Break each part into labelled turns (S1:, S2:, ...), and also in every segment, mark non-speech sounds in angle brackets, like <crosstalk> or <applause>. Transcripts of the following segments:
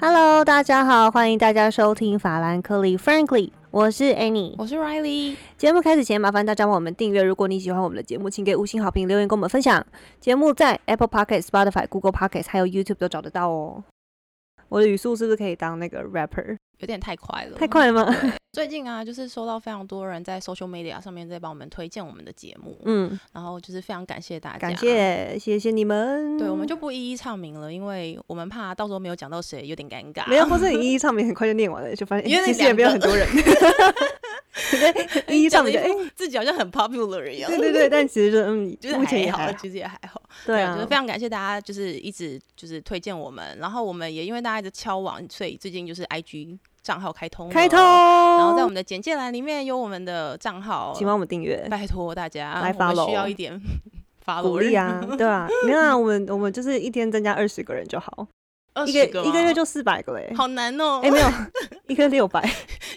S1: Hello，大家好，欢迎大家收听法兰克利 Frankly，我是 Annie。
S2: 我是 Riley，
S1: 节目开始前，麻烦大家帮我们订阅。如果你喜欢我们的节目，请给五星好评，留言跟我们分享。节目在 Apple Podcast、Spotify、Google Podcast 还有 YouTube 都找得到哦。我的语速是不是可以当那个 rapper？
S2: 有点太快了，
S1: 太。快了吗？
S2: 最近啊，就是收到非常多人在 social media 上面在帮我们推荐我们的节目，
S1: <laughs> 嗯，
S2: 然后就是非常感谢大家，
S1: 感。谢，嗯谢谢你们。
S2: 对，我们就不一一唱名了，因为我们怕到时候没有讲到谁，有点尴尬。
S1: 没有，，或者你一一唱名很快就念完了，就
S2: <laughs>
S1: 发现、
S2: 因为
S1: 欸
S2: 那
S1: 其实也
S2: 两
S1: 没有
S2: 个
S1: 很多人。
S2: <laughs>
S1: <laughs> 对，一一唱名就
S2: 讲
S1: 哎
S2: 得一、副 <laughs> 自己好像很 popular 一样
S1: 对。对对，但其实就嗯
S2: 就，是
S1: 目前也
S2: 还
S1: 还
S2: 好，
S1: 好。
S2: 其实也还好。
S1: 对
S2: 就
S1: 啊
S2: 是，非常感谢大家，就是一直就是推荐我们，然后我们也因为大家一直敲网，所以最近就是 IG 账号开通，
S1: 开通。
S2: 然后
S1: 然
S2: 在我们的简介栏里面有我们的账号，
S1: 请帮我们订阅。
S2: 拜托大家，
S1: 来
S2: 我们
S1: follow
S2: 需要
S1: <laughs>
S2: 一点 follow
S1: 鼓励啊，对啊，
S2: <laughs>
S1: 没有啊，我们我们就是一天增加二十个人就好，
S2: 20
S1: 一个
S2: 哦个
S1: 一个月
S2: 吗
S1: 就四百个嘞，
S2: <laughs> 好难哦、
S1: 哎没有，一个六百，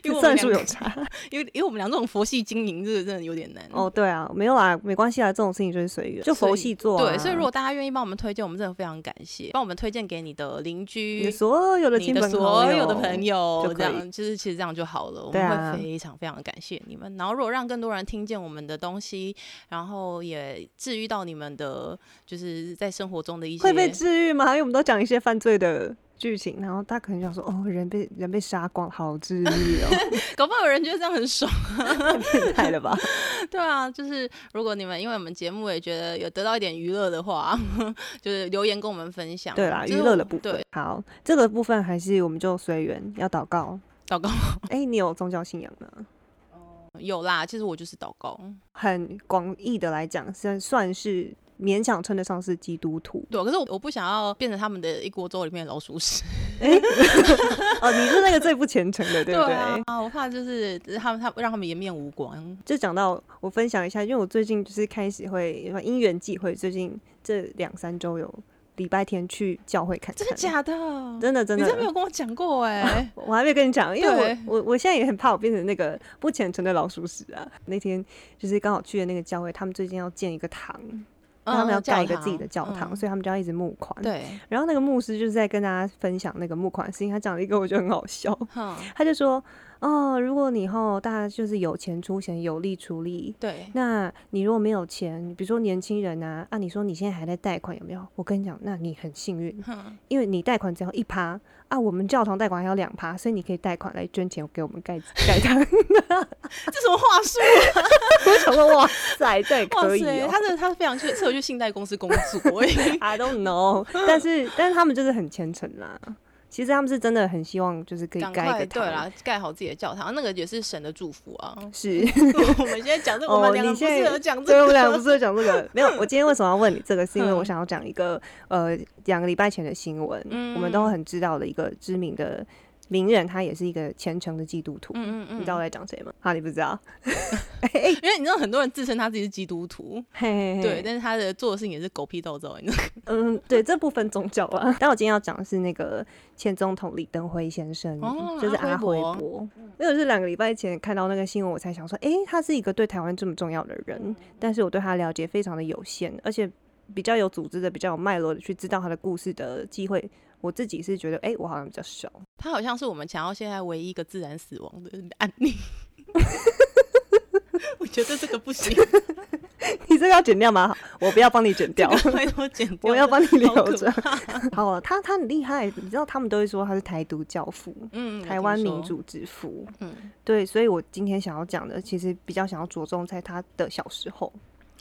S2: 因为我们
S1: 算数
S2: 两
S1: 有
S2: 个
S1: 差。
S2: <laughs> 因为因为我们俩这种佛系经营，这个真的有点难
S1: 哦，。对啊，没有啦，没关系啊，这种事情就是随缘，就佛系做啊。
S2: 对，所以如果大家愿意帮我们推荐，我们真的非常感谢，帮我们推荐给你的邻
S1: 你的
S2: 居。
S1: 所有的
S2: 你
S1: 亲
S2: 的
S1: 朋
S2: 所有的朋
S1: 友，
S2: 友
S1: 就，可
S2: 这
S1: 以
S2: 样就是其实这样就好了，我
S1: 对啊
S2: 们会非常非常感谢你们。然后如果让更多人听见我们的东西，然后也治愈到你们的，就是在生活中的一些
S1: 会被治愈吗？因为我们都讲一些犯罪的剧情，然后他可能想说，哦，人被人被杀光，好治愈哦， <laughs>
S2: 搞不好有人觉得这样很爽。
S1: 太变态了吧？
S2: <laughs> 对啊，就是如果你们因为我们节目也觉得有得到一点娱乐的话， <laughs> 就是留言跟我们分享。
S1: 对啦，
S2: 就
S1: 娱
S2: 是
S1: 乐的部分
S2: 对，。
S1: 好，这个部分还是我们就随缘，要祷告。
S2: 祷告
S1: 哎、你有宗教信仰吗？
S2: 有啦，其实我就是祷告。
S1: 很广义的来讲，算算是勉强称得上是基督
S2: <laughs>
S1: 徒
S2: 对，可是我我不想要变成他们的一锅粥里面的老鼠屎。
S1: 哦。你是那个最不虔诚
S2: <laughs>
S1: 的，对不对？
S2: 啊，我怕就是他们他让他们颜面无光。
S1: 就讲到我分享一下，因为我最近就是开始会因缘际会，最近这两三周有礼拜天去教会看看，
S2: 真的假的？
S1: 真的真
S2: 你
S1: 的
S2: 真没有跟我讲过哎、
S1: <laughs> 我还没跟你讲，因为
S2: 对
S1: 我我我现在也很怕我变成那个不虔诚的老鼠屎啊。那天就是刚好去的那个教会，他们最近要建一个堂，
S2: 嗯
S1: 他们要盖一个
S2: 教堂
S1: 自己的教堂，
S2: 嗯
S1: 所以他们就要一直募款。
S2: 对，
S1: 然后那个牧师就是在跟大家分享那个募款的事情，他讲了一个我觉得很好笑， <laughs>
S2: 哼，
S1: 他就说：“哦，如果你以后大家就是有钱出钱，有力出力。
S2: 对， <laughs>
S1: 那你如果没有钱，比如说年轻人啊，啊，你说你现在还在贷款有没有？我跟你讲，那你很幸运，
S2: 哼，
S1: 因为你贷款只要一趴啊，我们教堂贷款还有两趴，所以你可以贷款来捐钱给我们盖盖堂。
S2: 这什么话术？
S1: <laughs> 我想说，哇塞，这也
S2: 哇
S1: 可以
S2: 塞，
S1: 哦、
S2: 他真的他非常去适合去信贷公司工
S1: <laughs>
S2: 作、欸。
S1: I don't know，但是但是他们就是很虔诚啦。其实他们是真的很希望，就是可以
S2: 赶
S1: 盖一
S2: 快
S1: 个
S2: 对
S1: 堂。
S2: 啦，盖好自己的教堂，那个也是神的祝福
S1: <laughs>
S2: 啊。
S1: 是，
S2: 我们现在讲这个，我
S1: 哦
S2: 们两个
S1: 你
S2: 不
S1: 现在
S2: 适合讲这
S1: 对，
S2: 个。
S1: 我们俩不是在讲这
S2: <laughs>
S1: 个。没有，我今天为什么要问你这个？是因为
S2: 嗯
S1: 我想要讲一个呃，两个礼拜前的新闻，
S2: 嗯
S1: 我们都很知道的一个知名的名人，他也是一个虔诚的基督徒。
S2: 嗯嗯
S1: 你
S2: 嗯，
S1: 知道我在讲谁吗？啊，你不知道？
S2: 因为你知道很多人自称他自己是基督徒，
S1: 嘿嘿嘿，
S2: 对，但是他的做的事情也是狗屁倒灶，你知道吗？ <laughs>
S1: 嗯，对，这部分宗教啊。但我今天要讲的是那个前总统李登辉先生，嗯
S2: 哦
S1: 就是
S2: 阿
S1: 阿
S2: 辉伯
S1: 伯。因为我是两个礼拜前看到那个新闻，我才想说，诶，他是一个对台湾这么重要的人，但是我对他了解非常的有限，而且比较有组织的、比较有脉络的去知道他的故事的机会，我自己是觉得，诶，我好像比较少。 <laughs>
S2: 他好像是我们想要现在唯一一个自然死亡的案例。 <laughs> 我觉得这个不行，
S1: 你这个要剪掉吗？好我不要帮你剪掉。
S2: 拜托剪掉。
S1: 我要帮你
S2: 好可
S1: 留着。好了，他他很厉害，你知道他们都会说他是台独教父。
S2: 嗯，
S1: 台
S2: 我
S1: 湾
S2: 听说
S1: 民，主之父。
S2: 嗯，
S1: 对，所以我今天想要讲的，其实比较想要着重在他的小时候。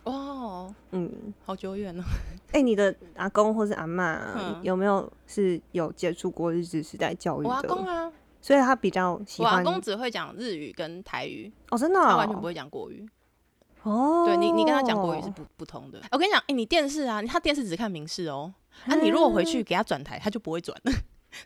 S2: 哇哦，
S1: 嗯，
S2: 好久远了。
S1: 哎、你的阿公或是阿妈
S2: 嗯
S1: 有没有是有接触过日治时代教育
S2: 我阿公
S1: 的？
S2: 啊，
S1: 所以他比较喜
S2: 我阿
S1: 欢
S2: 公只会讲日语跟台语，
S1: 哦，真的、哦，
S2: 他完全不会讲国语。
S1: 哦。
S2: 对你，你跟他讲国语是不不同的。我跟你讲，哎、你电视啊，他电视只看明视哦。啊，你如果
S1: 嗯
S2: 回去给他转台，他就不会转了，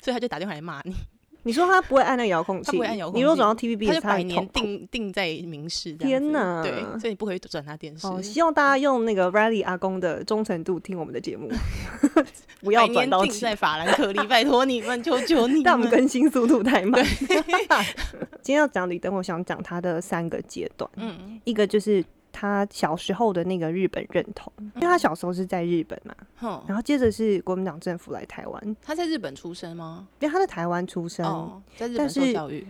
S2: 所以他就打电话来骂你，
S1: 你说他不会按那个遥控器，
S2: 他不会按遥控
S1: 你如果
S2: 器
S1: 转到 TVB，也
S2: 他就是
S1: 他
S2: 百
S1: 的痛
S2: 年
S1: 苦。
S2: 定定在明视这样子。
S1: 天哪
S2: 对，所以你不可以转他电视，
S1: 哦，希望大家用那个 Riley 阿公的忠诚度听我们的
S2: <laughs>
S1: 节目，不
S2: 不
S1: 要转到
S2: 定
S1: 其
S2: 在法兰克利，拜托你们，求求
S1: <laughs>
S2: 你
S1: 但我们
S2: 们。
S1: 更新速度太慢。 <laughs> 今天要讲李登，我想讲他的三个阶段，
S2: 嗯，
S1: 一个就是他小时候的那个日本认同，因为他小时候是在日本嘛，
S2: 哼，
S1: 然后接着是国民党政府来台湾，因
S2: 他在日本出生吗？
S1: 为他在台湾出生，
S2: 哦，在日
S1: 啊但
S2: 本受
S1: 是
S2: 教育，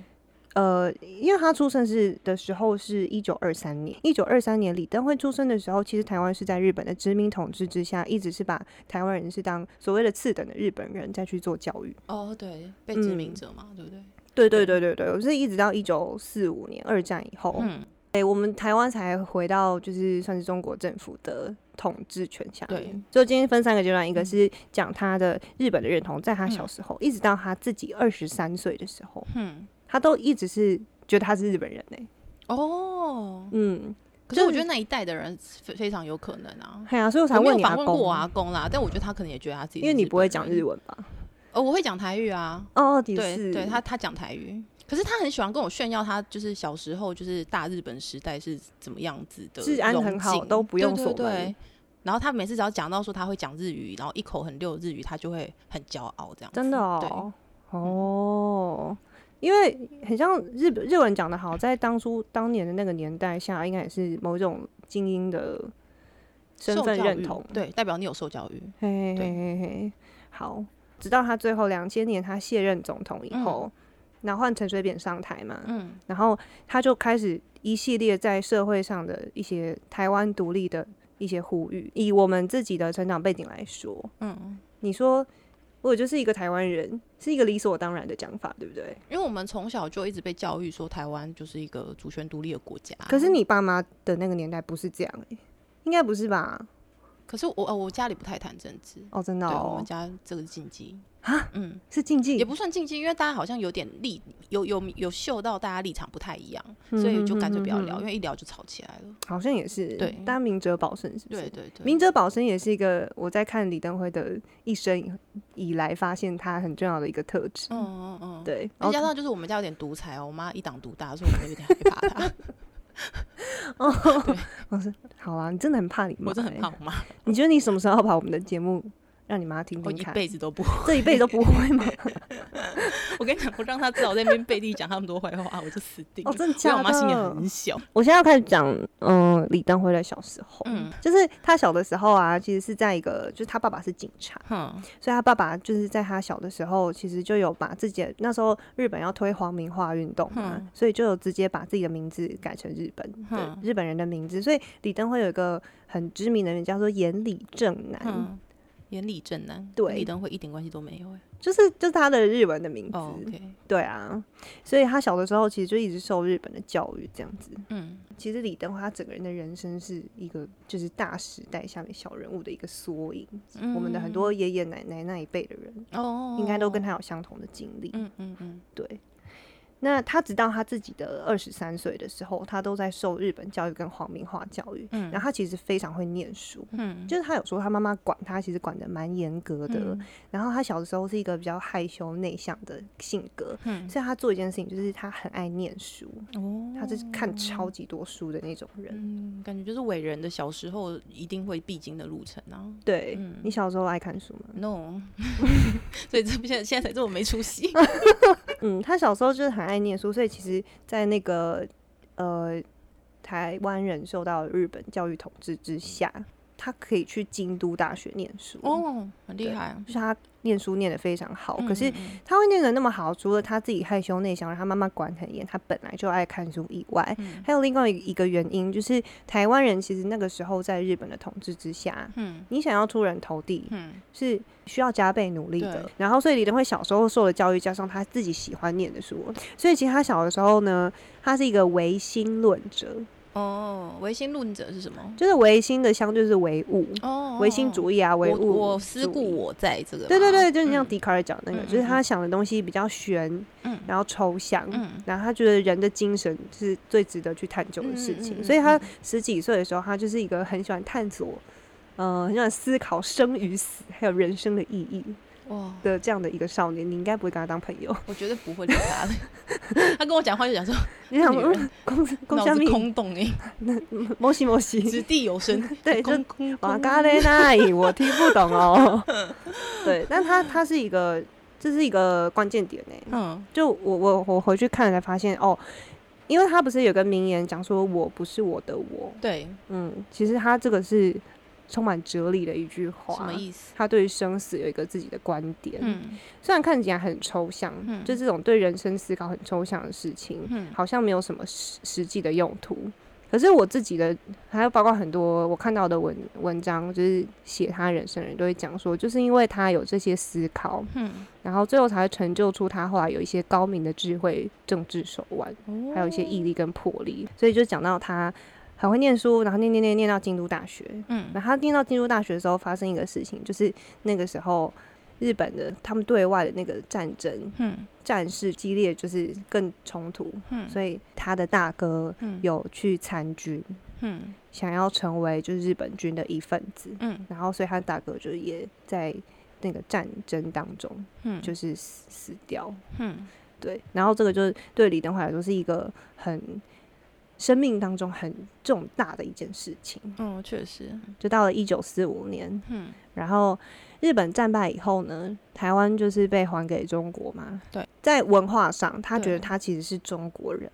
S1: 呃，因为他出生是的时候是一九二三年，一九二三年李登辉出生的时候，其实台湾是在日本的殖民统治之下，一直是把台湾人是当所谓的次等的日本人再去做教育。
S2: 哦，对，被殖民
S1: 嗯
S2: 者嘛，对不对？
S1: 对对对对对，我是一直到一九四五年二战以后，
S2: 嗯，
S1: 哎、我们台湾才回到就是算是中国政府的统治权下
S2: 对
S1: 面。就今天分三个阶段，一个
S2: 嗯
S1: 是讲他的日本的认同，在他小
S2: 嗯
S1: 时候，一直到他自己二十三岁的时候，
S2: 哼，
S1: 他都一直是觉得他是日本人呢、
S2: 哦，
S1: 嗯。
S2: 可是
S1: 就
S2: 我觉
S1: 是
S2: 得那一代的人非非常有可能啊。
S1: 哎呀，所以我才
S2: 我没
S1: 问
S2: 有
S1: 你阿
S2: 访问过啊
S1: 公
S2: 我阿，公啦，但我觉得他可能也觉得他自己，
S1: 因为你不会讲日
S2: 文，
S1: 文吧？
S2: 哦，我会讲台语啊，
S1: 哦，你
S2: 对，
S1: 是
S2: 对他他讲台语，可是他很喜欢跟我炫耀他就是小时候就是大日本时代是怎么样子的荣景，
S1: 治安很好都不用
S2: 对
S1: 锁
S2: 对
S1: 门
S2: 对。然后他每次只要讲到说他会讲日语，然后一口很溜的日语，他就会很骄傲这样子。
S1: 真的哦，哦，因为很像日本日文讲的好，在当初当年的那个年代下，应该也是某种精英的
S2: 对，
S1: 身
S2: 受
S1: 份
S2: 教
S1: 认
S2: 育
S1: 同，
S2: 对，代表你有受教育。
S1: 嘿嘿
S2: 对
S1: 嘿嘿，好，直到他最后两千年他卸任总统以后，然后换陈水扁上台嘛，
S2: 嗯，
S1: 然后他就开始一系列在社会上的一些台湾独立的一些呼吁。以我们自己的成长背景来说，
S2: 嗯，
S1: 你说我就是一个台湾人，是一个理所当然的讲法，对不对？
S2: 因为我们从小就一直被教育说台湾就是一个主权独立的国家。
S1: 可是，你爸妈的那个年代不是这样、欸，应该不是吧？
S2: 可是我哦，我家里不太谈政治，
S1: 哦，真的
S2: 对我
S1: 哦
S2: 们，家这个是禁忌
S1: 啊，
S2: 嗯，
S1: 是禁忌
S2: 也，不算禁忌，因为大家好像有点立有有有嗅到大家立场不太一样，
S1: 嗯
S2: 所以就干脆不要聊，因为一聊就吵起来了。
S1: 好像也是
S2: 对
S1: 但明哲保身是不是？
S2: 对对对，
S1: 明哲保身也是一个我在看李登辉的一生以以来发现他很重要的一个特质。
S2: 嗯嗯嗯，
S1: 对，
S2: 再
S1: 然
S2: 加
S1: 后
S2: 上就是我们家有点独裁哦，我妈一党独大，所以我们有点害怕
S1: <laughs>
S2: 她。
S1: 好啦，你真的很怕你妈、欸，
S2: 我真的很怕我妈，
S1: 你觉得你什么时候要把我们的节目让你妈听
S2: 我
S1: 听
S2: 一
S1: 看？
S2: 辈子都不会。
S1: 这一辈子都不会
S2: <laughs>
S1: 吗？
S2: 我跟你讲，我让她知道我在那边背地讲他们多坏话，我就死定了。
S1: 哦，真的
S2: 所以
S1: 假
S2: 我妈心也
S1: 的
S2: 很？小，
S1: 我现在要开始讲，嗯，李登辉的小时候，
S2: 嗯
S1: 就是他小的时候啊，其实是在一个，就是他爸爸是警察，
S2: 哼，
S1: 所以他爸爸就是在他小的时候，其实就有把自己的那时候日本要推皇民化运动嘛，
S2: 嗯
S1: 所以就有直接把自己的名字改成日本的
S2: 嗯
S1: 日本人的名字，所以李登辉有一个很知名的人叫做岩里正男，
S2: 哼，眼里正男，
S1: 嗯对
S2: 跟李登辉一点关系都没有哎。
S1: 就是就是他的日文的名字。
S2: 哦，OK，
S1: 对啊，所以他小的时候其实就一直受日本的教育这样子。
S2: 嗯，
S1: 其实李登辉他整个人的人生是一个就是大时代下面小人物的一个缩影。我们的很多爷爷奶奶那一辈的人，
S2: 嗯哦，
S1: 应该都跟
S2: 他，
S1: 他有相同的经历。
S2: 嗯嗯嗯，
S1: 对。那他直到他自己的二十三岁的时候，他都在受日本教育跟皇民化教育。
S2: 嗯
S1: 然后他其实非常会念书，
S2: 嗯，
S1: 就是他有说他妈妈管他，其实管得蛮严格的。
S2: 嗯
S1: 然后他小的时候是一个比较害羞内向的性格，
S2: 嗯
S1: 所以他做一件事情就是他很爱念书，
S2: 哦，
S1: 他就是看超级多书的那种人。
S2: 嗯，感觉就是伟人的小时候一定会必经的路程啊。
S1: 对、
S2: 嗯
S1: 你小时候爱看书吗？ <laughs>
S2: No，所以这不现在现在才这么没出息。
S1: 嗯，他小时候就是很爱念书，所以其实，在那个呃台湾人受到日本教育统治之下，他可以去京都大学念书，
S2: 哦，很厉害啊。
S1: 就是他念书念得非常好，
S2: 嗯
S1: 哦可是
S2: 嗯嗯
S1: 他会念得那么好，除了他自己害羞内向，然后他妈妈管很严，他本来就爱看书以外，
S2: 嗯
S1: 还有另外一个原因，就是台湾人其实那个时候在日本的统治之下，
S2: 嗯
S1: 你想要出人头地
S2: 嗯
S1: 是需要加倍努力的
S2: 对。
S1: 然后，所以李登辉小时候受的教育，加上他自己喜欢念的书，所以其实他小的时候呢，他是一个唯心论者，
S2: 哦，唯心论者是什么？
S1: 就是唯心的相就是唯物，
S2: 哦，
S1: 唯心主义啊，唯
S2: 我
S1: 物
S2: 我思故
S1: 主义。
S2: 我在这个。
S1: 对对对，就是
S2: 嗯
S1: 像笛卡尔讲的那个，
S2: 嗯
S1: 就是他想的东西比较玄，
S2: 嗯
S1: 然后抽象，
S2: 嗯
S1: 然后他觉得人的精神是最值得去探究的事情，
S2: 嗯嗯嗯
S1: 所以他
S2: 嗯
S1: 十几岁的时候，他就是一个很喜欢探索，呃，很喜欢思考生与死，还有人生的意义
S2: 哇，
S1: 的这样的一个少年。你应该不会跟他当朋友， <laughs>
S2: 我绝对不会理他的。他跟我讲话就讲说，
S1: 你想
S2: 女
S1: 说，
S2: 人
S1: 嗯，公公
S2: 脑
S1: 虾
S2: 子
S1: 米，
S2: 空洞哎，
S1: 摩西摩西， <laughs>
S2: 掷地有声。
S1: 对，就
S2: 空空
S1: 瓦
S2: 空。
S1: 嘎雷奈，
S2: <laughs>
S1: 我听不懂哦。对，但他他是一个，这是一个关键点呢、欸
S2: 嗯
S1: 就我我我回去看才发现哦，因为他不是有个名言讲说“我不是我的我
S2: 对，”，
S1: 嗯，其实他这个是充满哲理的一句话，
S2: 什么意思？
S1: 他对于生死有一个自己的观点，
S2: 嗯
S1: 虽然看起来很抽象，
S2: 嗯
S1: 就这种对人生思考很抽象的事情，
S2: 嗯
S1: 好像没有什么实实际的用途。可是我自己的，还有包括很多我看到的文文章，就是写他人生的人都会讲说，就是因为他有这些思考，
S2: 嗯，
S1: 然后最后才会成就出他后来有一些高明的智慧、政治手腕，
S2: 嗯
S1: 还有一些
S2: 哦
S1: 毅力跟魄力。所以就讲到他很会念书，然后念念念念到京都大学。
S2: 嗯
S1: 然后他念到京都大学的时候，发生一个事情，就是那个时候日本的他们对外的那个战争
S2: 嗯
S1: 战事激烈，就是更冲突，
S2: 嗯，
S1: 所以他的大哥
S2: 嗯
S1: 有去参军，
S2: 嗯
S1: 想要成为就是日本军的一份子。
S2: 嗯
S1: 然后所以他大哥就也在那个战争当中。
S2: 嗯，
S1: 就是死死掉。
S2: 嗯
S1: 对，然后这个就是对李登辉来说是一个很生命当中很重大的一件事情。
S2: 嗯，确实，
S1: 就到了一九四五年，
S2: 嗯
S1: 然后日本战败以后呢，台湾就是被还给中国嘛。
S2: 对，
S1: 在文化上，他觉
S2: 对
S1: 得他其实是中国人。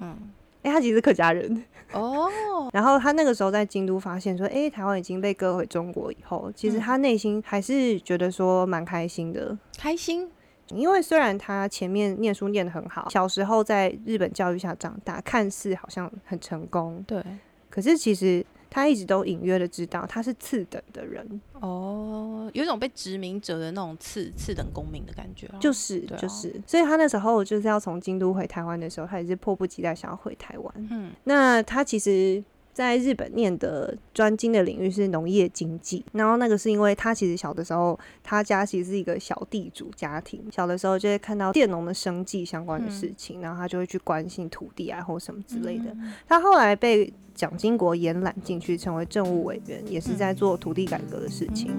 S2: 嗯，
S1: 哎、他其实是客家人，
S2: 哦，
S1: 然后他那个时候在京都发现说，哎、台湾已经被割回中国以后，其实
S2: 嗯
S1: 他内心还是觉得说蛮开心的，
S2: 开心，
S1: 因为虽然他前面念书念得很好，小时候在日本教育下长大，看似好像很成功，
S2: 对，
S1: 可是其实他一直都隐约的知道他是次等的人，
S2: 哦，有一种被殖民者的那种次次等公民的感觉啊，
S1: 就是
S2: 对啊
S1: 就是，所以他那时候就是要从京都回台湾的时候，他也是迫不及待想要回台湾。
S2: 嗯
S1: 那他其实。在日本念的专精的领域是农业经济，然后那个是因为他其实小的时候，他家其实是一个小地主家庭，小的时候就会看到佃农的生计相
S2: 嗯
S1: 关的事情，然后他就会去关心土地啊或什么之类的。
S2: 嗯
S1: 他后来被蒋经国延揽进去成为政务委员，也是
S2: 嗯
S1: 在做土地改革的事情。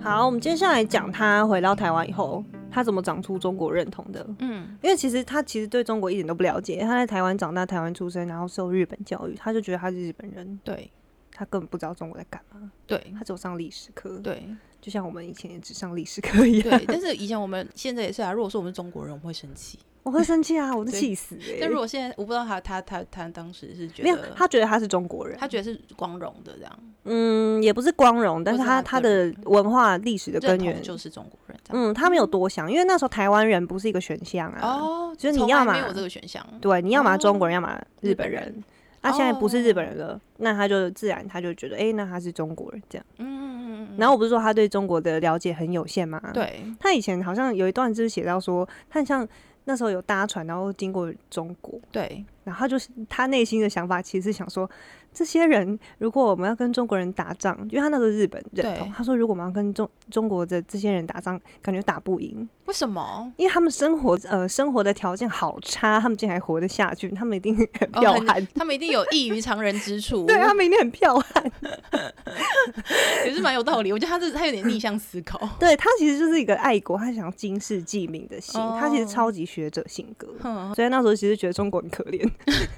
S1: 好，我们接下来讲他回到台湾以后，他怎么长出中国认同的。
S2: 嗯
S1: 因为其实他其实对中国一点都不了解，他在台湾长大，台湾出生，然后受日本教育，他就觉得他是日本人，
S2: 对
S1: 他根本不知道中国在干嘛，
S2: 对
S1: 他只有上历史课，， <laughs>
S2: 对
S1: 就像我们以前也只上历史课一样。
S2: 对，但是以前我们现在也是啊，如果说我们是中国人，我们会生气，
S1: <laughs> 我会生气啊，我都
S2: 对
S1: 气死哎、
S2: 但如果现在我不知道他他他他当时是觉
S1: 没有，
S2: 得
S1: 他觉得他是中国人，
S2: 他觉得是光荣的这样，
S1: 嗯，也不是光荣，但是
S2: 或是
S1: 他
S2: 他
S1: 他
S2: 个
S1: 的
S2: 人嗯
S1: 文化历史的
S2: 认
S1: 根
S2: 同
S1: 源，
S2: 就是中国人这样。
S1: 嗯，他没有多想，因为那时候台湾人不是一个选项啊，
S2: 哦，
S1: 就是你
S2: 从
S1: 要
S2: 来
S1: 嘛
S2: 没有这个选项，
S1: 对，你要么中国
S2: 哦
S1: 人，要么日
S2: 日
S1: 本
S2: 本
S1: 人
S2: 人。
S1: 那、现在不是日本
S2: 哦
S1: 人了，那他就自然他就觉得，哎、那他是中国人这样。
S2: 嗯嗯嗯嗯，
S1: 然后我不是说他对中国的了解很有限吗？，
S2: 对，
S1: 他以前好像有一段就是写到说，他很像那时候有搭船，然后经过中国，
S2: 对，
S1: 然后他就是他内心的想法其实是想说，这些人如果我们要跟中国人打仗，因为他那时候日本人头
S2: 对，
S1: 他说如果我们要跟中中国的这些人打仗，感觉打不赢，
S2: 为什么？
S1: 因为他们生活呃生活的条件好差，他们竟然还活得下去，他们一定很
S2: 哦
S1: 彪
S2: 很
S1: 悍。
S2: 他们一定有异于常人之处，
S1: <laughs> 对他们一定很彪悍，
S2: 也是蛮有道理。我觉得他是他有点逆向思考， <laughs>
S1: 对他其实就是一个爱国，他想要经世济民的心，他其实
S2: 哦
S1: 超级学者性格。
S2: 嗯
S1: 所以那时候其实觉得中国很可怜， <laughs>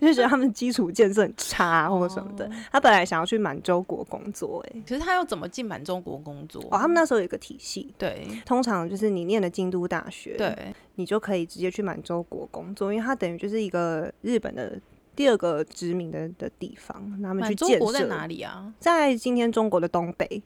S1: 就觉得他们基础建设很差或什么的。
S2: 哦
S1: 他本来想要去满洲国工作、欸，
S2: 可是他要怎么进满中国工作？
S1: 哦，他们那时候有一个体系，
S2: 对
S1: 通常就是你念了京都大学，，
S2: 对，
S1: 你就可以直接去满洲国工作，因为它等于就是一个日本的第二个殖民的的地方，然后他们去
S2: 满洲
S1: 建
S2: 国在
S1: 设。
S2: 哪里啊？
S1: 在今天中国的东北，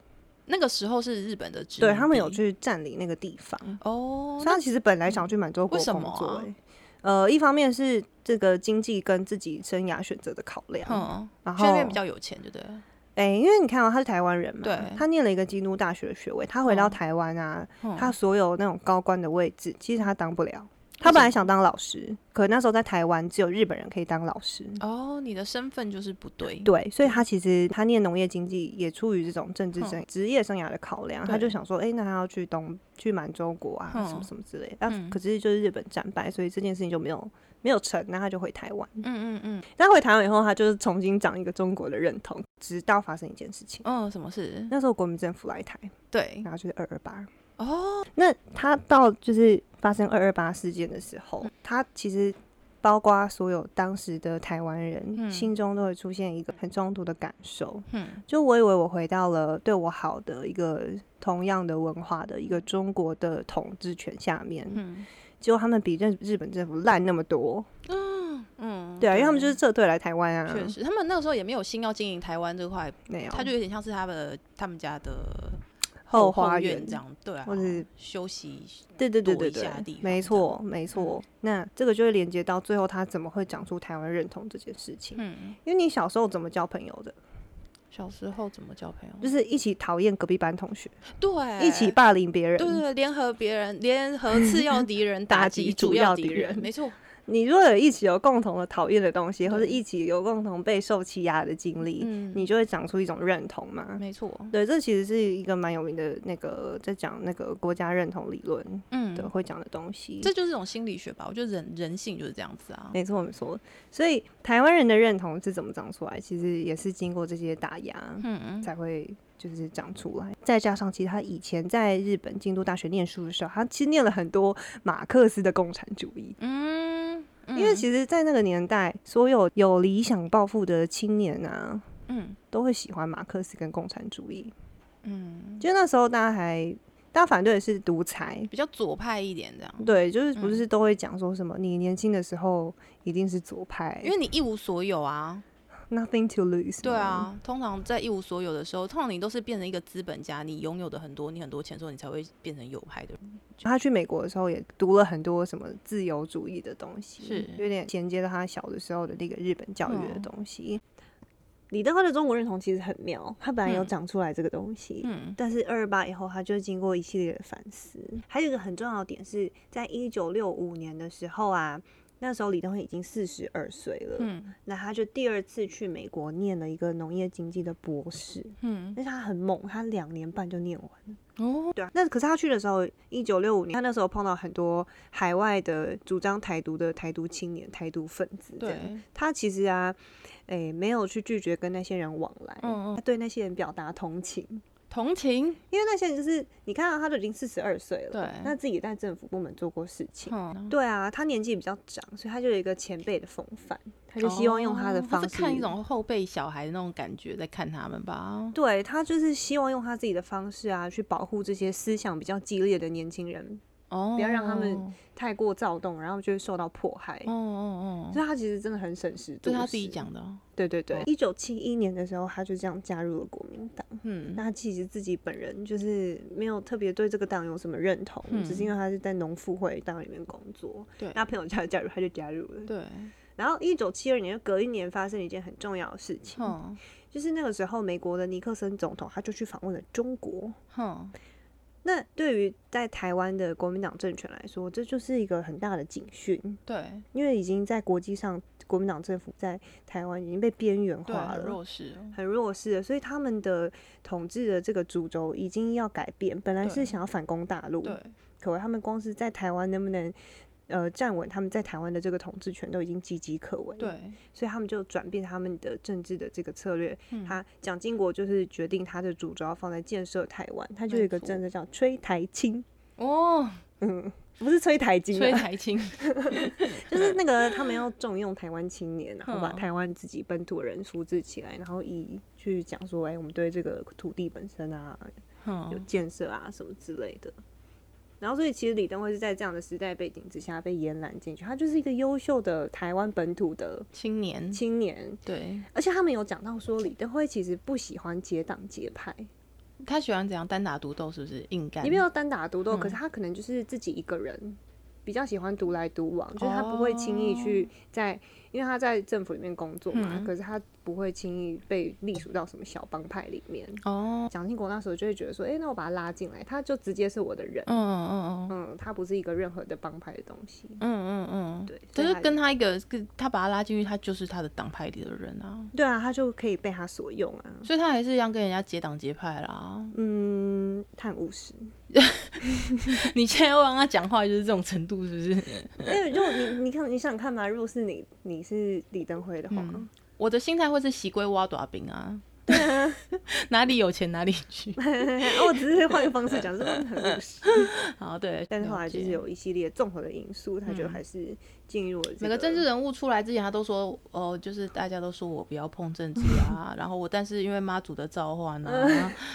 S2: 那个时候是日本的殖民
S1: 对他们有
S2: 地
S1: 去占领那个地方，
S2: 哦
S1: 所以，
S2: 那嗯
S1: 他其实本来想要去满洲国
S2: 为什
S1: 工
S2: 么
S1: 作、
S2: 啊
S1: 欸呃，一方面是这个经济跟自己生涯选择的考量，
S2: 嗯，
S1: 然
S2: 去
S1: 后
S2: 那边比较有钱，对不对了？
S1: 哎、因为你看哦，他是台湾人嘛，
S2: 对
S1: 他念了一个京都大学的学位，他回到
S2: 哦
S1: 台湾啊，
S2: 嗯
S1: 他所有那种高官的位置，其实他当不了。他本来想当老师，可那时候在台湾只有日本人可以当老师，
S2: 哦，你的身份就是不对，
S1: 对，所以他其实他念农业经济也出于这种政治生职业生涯的考量，他
S2: 嗯对
S1: 就想说，哎、那他要去东去满洲国啊，
S2: 嗯
S1: 什么什么之类的。啊
S2: 嗯，
S1: 可是就是日本战败，所以这件事情就没有没有成，那他就回台湾。
S2: 嗯嗯嗯
S1: 但回台湾以后，他就是重新长一个中国的认同，直到发生一件事情，
S2: 嗯，什么事？
S1: 那时候国民政府来台。
S2: 对，
S1: 然后就是二二八。
S2: 哦，
S1: 那他到就是发生二二八事件的时
S2: 嗯
S1: 候，他其实包括所有当时的台湾人、
S2: 嗯
S1: 心中都会出现一个很冲突的感受，
S2: 嗯
S1: 就我以为我回到了对我好的一个同样的文化的一个中国的统治权下面，
S2: 嗯
S1: 结果他们比日日本政府烂那么多。
S2: 嗯，
S1: 对啊，因为他们就是撤退来台湾啊，
S2: 确实，他们那个时候也没有心要经营台湾这块，
S1: 没有，
S2: 他就有点像是他们他们家的
S1: 后
S2: 花
S1: 花
S2: 园
S1: 园
S2: 这，样，对啊，
S1: 或者是
S2: 休息
S1: 对对对
S2: 躲
S1: 对
S2: 一
S1: 对
S2: 下的地，方嗯
S1: 没错没错。那这个就会连接到最后，他怎么会讲出台湾认同这件事情？
S2: 嗯，
S1: 因为你小时候怎么交朋友的？
S2: 小时候怎么交朋友？
S1: 就是一起讨厌隔壁班同学，
S2: 嗯对，
S1: 一起霸凌别人。
S2: 哎对对对，联合别人，联合次要敌
S1: <laughs>
S2: 人，
S1: 打
S2: 打
S1: 击
S2: 击
S1: 主
S2: 主
S1: 要
S2: 要
S1: 敌
S2: 敌人，
S1: 人
S2: 没错，
S1: 你如果有一起有共同的讨厌的东西，或者
S2: 对
S1: 一起有共同被受欺压的经历，
S2: 嗯，
S1: <laughs> 你就会长出一种认同嘛。
S2: 没错，
S1: 对，这其实是一个蛮有名的那个在讲那个国家认同理论
S2: 嗯，
S1: 的会讲的东西。
S2: 这就是一种心理学吧，我觉得人人性就是这样子啊，
S1: 没错没错，所以台湾人的认同是怎么长出来，其实也是经过这些打压
S2: 嗯，
S1: 才会就是长出来。再加上，其实他以前在日本京都大学念书的时候，他其实念了很多马克思的共产主义，
S2: 嗯，嗯
S1: 因为其实，在那个年代，所有有理想抱负的青年啊，
S2: 嗯
S1: 都会喜欢马克思跟共产主义。
S2: 嗯
S1: 就那时候，大家还大家反对的是独裁，
S2: 比较左派一点这样，
S1: 对，就是
S2: 嗯
S1: 不是都会讲说什么、你年轻的时候一定是左派，
S2: 因为你一无所有啊，
S1: nothing to lose。
S2: 对，啊，通常在一无所有的时候，通常你都是变成一个资本家，你拥有的很多，你很多钱之后，你才会变成右派的人。
S1: 他去美国的时候也读了很多什么自由主义的东西，
S2: 是
S1: 有点衔接到他小的时候的那个日本教育的
S2: 嗯
S1: 东西。李登辉的中国认同其实很妙，他本来有
S2: 嗯
S1: 长出来这个东西，
S2: 嗯
S1: 但是二二八以后，他就经过一系列的反思。还有一个很重要的点是，在一九六五年的时候啊，那时候李登辉已经四十二岁了，
S2: 嗯
S1: 那他就第二次去美国念了一个农业经济的博士，
S2: 嗯，
S1: 但是他很猛，他两年半就念完了。
S2: 哦，
S1: 对啊，那可是他去的时候，一九六五年，他那时候碰到很多海外的主张台独的台独青年、台独分子，这样
S2: 对，
S1: 他其实啊，诶、没有去拒绝跟那些人往来，
S2: 嗯嗯
S1: 他对那些人表达同情。
S2: 同情，
S1: 因为那些人就是你看啊到、他都已经四十二岁了，
S2: 对
S1: 那自己在政府部门做过事情，
S2: 嗯，
S1: 对啊，他年纪比较长，所以他就有一个前辈的风范，他就希望用他的
S2: 哦
S1: 方
S2: 是
S1: 式，
S2: 看一种后辈小孩的那种感觉，在看他们吧。
S1: 对他就是希望用他自己的方式啊，去保护这些思想比较激烈的年轻人，
S2: 哦，
S1: 不要让他们太过躁动，然后就会受到迫害。
S2: 哦哦哦，
S1: 所以他其实真的很审时
S2: 这
S1: 度
S2: 是
S1: 势。
S2: 他自己，讲的哦。
S1: 对对对。一九七一年的时候，他就这样加入了国民党。
S2: 嗯
S1: 那他其实自己本人就是没有特别对这个党有什么认同，
S2: 嗯
S1: 只是因为他是在农妇会党里面工作。
S2: 对
S1: 那朋友叫他加入，他就加入了。
S2: 对，
S1: 然后一九七二年，就隔一年发生了一件很重要的事情，
S2: 哼
S1: 就是那个时候美国的尼克森总统他就去访问了中国。
S2: 哼，
S1: 那对于在台湾的国民党政权来说，这就是一个很大的警讯，
S2: 对
S1: 因为已经在国际上，国民党政府在台湾已经被边缘
S2: 对，
S1: 化
S2: 很
S1: 了，
S2: 弱势哦。
S1: 很弱势的，所以他们的统治的这个主轴已经要改变。本来是
S2: 对
S1: 想要反攻大陆，
S2: 对，
S1: 可他们光是在台湾能不能呃站稳他们在台湾的这个统治权都已经岌岌可危。，
S2: 对，
S1: 所以他们就转变他们的政治的这个策略。
S2: 嗯
S1: 他蒋经国就是决定他的主轴要放在建设台湾，他就有一个
S2: 没错
S1: 政策叫“吹台青 <laughs>
S2: 哦，”，
S1: 嗯，不是吹台金、
S2: 吹
S1: 啊，
S2: 台
S1: <laughs>
S2: 青，
S1: 就是那个他们要重用台湾青年，然后把
S2: 嗯
S1: 台湾自己本土人扶植起来，然后以去讲说，哎、我们对这个土地本身啊有
S2: 嗯，
S1: 建设啊什么之类的。然后，所以其实李登辉是在这样的时代背景之下被延揽进去，他就是一个优秀的台湾本土的
S2: 青年，
S1: 青年。
S2: 对
S1: 而且他们有讲到说，李登辉其实不喜欢结党结派，
S2: 他喜欢怎样单打独斗，是不是硬干？
S1: 你没有单打独斗，
S2: 嗯
S1: 可是他可能就是自己一个人，比较喜欢独来独往，就是他不会轻易去在，因为他在政府里面工作嘛，
S2: 哦嗯
S1: 可是他不会轻易被隶属到什么小帮派里面。
S2: 哦，
S1: 蒋经国那时候就会觉得说，诶，那我把他拉进来，他就直接是我的人，
S2: 嗯嗯嗯嗯
S1: 嗯，他不是一个任何的帮派的东西，
S2: 嗯嗯嗯，
S1: 对，
S2: 就
S1: 所以
S2: 是
S1: 他
S2: 跟他一个，跟他把他拉进去，他就是他的党派里的人啊，
S1: 对啊，他就可以被他所用啊，
S2: 所以他还是一样跟人家结党结派啦。
S1: 嗯，探务实。
S2: <laughs> 你现在要让他讲话，就是这种程度，是不是？
S1: 因为如果你你看你想想看嘛，如果是你你是李登辉的话，
S2: 嗯我的心态会是习龟挖短饼啊， <laughs> 哪里有钱哪里去。
S1: <laughs> 我哦只是换个方式讲，这很务实。
S2: <laughs> 好，对，
S1: 但是后来
S2: 了
S1: 就
S2: 解
S1: 是有一系列综合的因素，他就
S2: 嗯
S1: 还是进入了、这
S2: 每个政治人物出来之前，他都说，哦，就是大家都说我不要碰政治
S1: <laughs>
S2: 啊，然后我但是因为妈祖的召唤啊，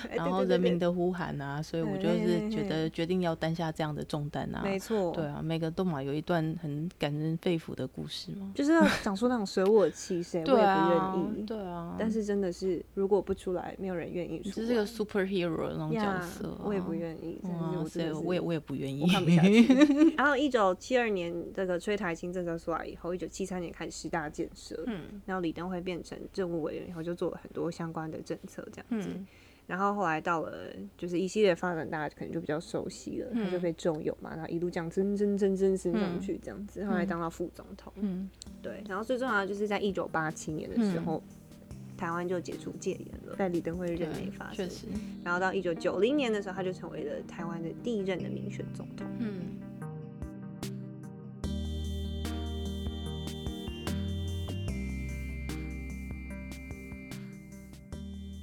S1: 哎
S2: 然
S1: 对
S2: 后
S1: 对对
S2: 人民
S1: 对
S2: 的呼喊啊，所以我就
S1: 哎哎
S2: 是
S1: 哎
S2: 觉
S1: 哎
S2: 得决定要担下这样的重担啊。
S1: 没错，
S2: 对啊，每个都嘛有一段很感人肺腑的故事嘛。
S1: 就是要讲出那种舍我其
S2: <laughs>
S1: 谁，我
S2: 对
S1: 也
S2: 啊
S1: 不愿，意。
S2: 对啊，
S1: 但是真的是，如果不出来，没有人愿意
S2: 你
S1: 出
S2: 就
S1: 来。
S2: 是个 superhero 的那种角
S1: 呀
S2: 色啊，
S1: 我也不愿意。真的是
S2: 哇
S1: 我真
S2: 塞，
S1: 的是
S2: 我也我也不愿意，
S1: 我看不下去。然后，一九七二年这个崔台清政策出来以后，一九七三年开始十大建设，
S2: 嗯
S1: 然后李登辉变成政务委员以后，就做了很多相关的政策这样子。
S2: <laughs> 嗯
S1: 然后后来到了就是一系列发展，大家可能就比较熟悉了，他就
S2: 嗯
S1: 被重用嘛，然后一路这样蒸蒸蒸蒸升上
S2: 嗯
S1: 去这样子，后来当到副总统。
S2: 嗯
S1: 对，然后最重要的就是在一九八七年的时候，台湾就解除戒严了，在李登辉任内
S2: 对
S1: 发，生
S2: 确。实，
S1: 然后到一九九零年的时候，他就成为了台湾的第一任的民选总统。
S2: 嗯。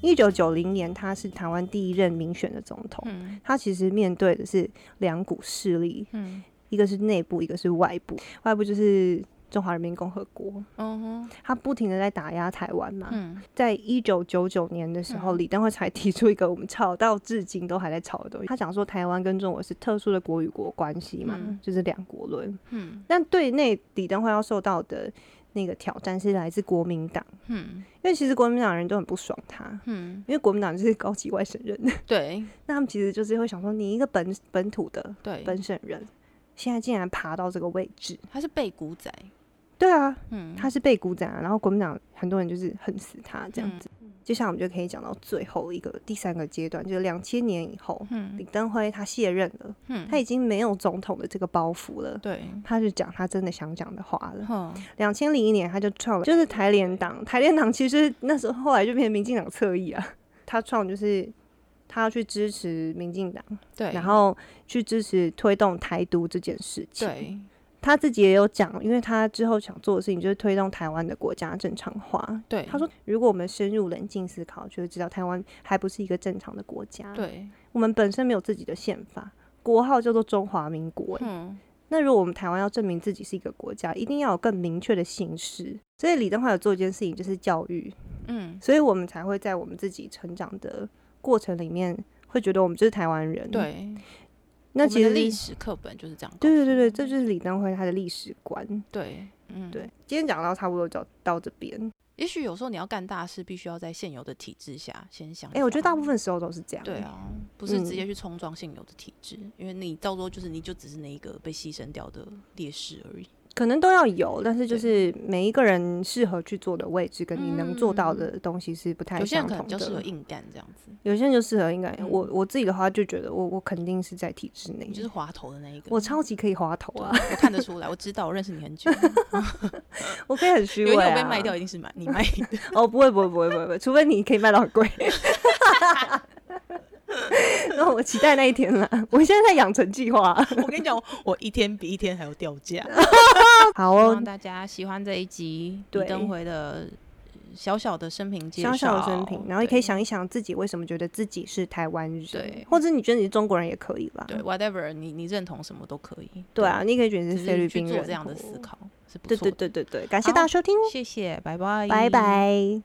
S1: 一九九零年，他是台湾第一任民选的总统。
S2: 嗯
S1: 他其实面对的是两股势力，
S2: 嗯
S1: 一个是内部，一个是外部。外部就是中华人民共和国，
S2: 嗯
S1: 他不停的在打压台湾嘛。
S2: 嗯
S1: 在一九九九年的时候，
S2: 嗯
S1: 李登辉才提出一个我们吵到至今都还在吵的东西。他讲说台湾跟中国是特殊的国与国关系嘛，
S2: 嗯
S1: 就是两国论。
S2: 嗯
S1: 但对内，李登辉要受到的那个挑战是来自国民党，
S2: 嗯
S1: 因为其实国民党人都很不爽他。
S2: 嗯，
S1: 因为国民党就是高级外省人， <laughs>
S2: 对
S1: 那他们其实就是会想说，你一个本本土的
S2: 对，
S1: 本省人，现在竟然爬到这个位置，
S2: 他是被古仔，
S1: 对啊，
S2: 嗯，
S1: 他是被鼓掌啊，然后国民党很多人就是恨死他这
S2: 嗯
S1: 样子。接下来我们就可以讲到最后一个第三个阶段，就是两千年以后，
S2: 嗯
S1: 李登辉他卸任了，
S2: 嗯，
S1: 他已经没有总统的这个包袱了。
S2: 对，
S1: 他就讲他真的想讲的话了。
S2: 哼，
S1: 两千零一年，他就创了，就是台联党。台联党其实那时候后来就变成民进党侧翼啊。他创就是他要去支持民进党，
S2: 对，
S1: 然后去支持推动台独这件事情。
S2: 对，
S1: 他自己也有讲，因为他之后想做的事情就是推动台湾的国家正常化。
S2: 对，
S1: 他说，如果我们深入冷静思考，就会知道台湾还不是一个正常的国家。，
S2: 对，
S1: 我们本身没有自己的宪法，国号叫做中华民国。欸
S2: 嗯
S1: 那如果我们台湾要证明自己是一个国家，一定要有更明确的形式。所以李登辉有做一件事情，就是教育，
S2: 嗯，
S1: 所以我们才会在我们自己成长的过程里面，会觉得我们就是台湾人。，
S2: 对，
S1: 那
S2: 我
S1: 其
S2: 们
S1: 实
S2: 的历史课本就是这样告诉我
S1: 对对
S2: 们，
S1: 对对，这就是李登辉他的历史观。
S2: 对，嗯
S1: 对，，今天讲到差不多就到这边。
S2: 也许有时候你要干大事，必须要在现有的体制下先想。
S1: 哎、我觉得大部。分时候都是这样。
S2: 嗯对，啊，不是
S1: 嗯
S2: 直接去冲撞现有的体制，因为你到时候就是你就只是那一个被牺牲掉的烈士而已。
S1: 可能都要有，但是就
S2: 对
S1: 是每一个人适合去做的位置，跟你能做到的东西是不太
S2: 嗯有些
S1: 相
S2: 人可
S1: 同
S2: 能
S1: 的。
S2: 比较适合硬干这样子，
S1: 有些人就适合应该、
S2: 嗯
S1: 我我自己的话就觉得我我肯定是在体制内
S2: 你，就是滑头的那一个。
S1: 我超级可以滑头
S2: 对
S1: 啊，
S2: 我看得出来，我知道，我认识你
S1: <laughs>
S2: 很久。
S1: 我可以很虚
S2: 有一
S1: 伪、
S2: 天
S1: 啊。
S2: 我被卖掉，一定是买你卖的。
S1: 哦，不会不会不会不会不会，除非你可以卖到很贵。 <laughs> 那我期待那一天啦！我现在在养成计划。 <laughs>
S2: 我跟你讲，我一天比一天还要掉价。
S1: 好
S2: 希
S1: 哦
S2: 望，大家喜欢这一集
S1: 对
S2: 李登辉的呃小小的生平介绍，
S1: 小小的生平，然后也可以
S2: 对
S1: 想一想自己为什么觉得自己是台湾人，
S2: 对
S1: 或者你觉得你是中国人也可以啦，
S2: 对 whatever 你你认同什么都可以。
S1: 对啊，，你也可以觉得你
S2: 只
S1: 是菲律
S2: 是去
S1: 宾
S2: 做
S1: 人，
S2: 这样的思，考是不
S1: 对
S2: 错
S1: 对
S2: 的。
S1: 对对对，感谢大家收听，
S2: 谢谢，拜拜，
S1: 拜。拜。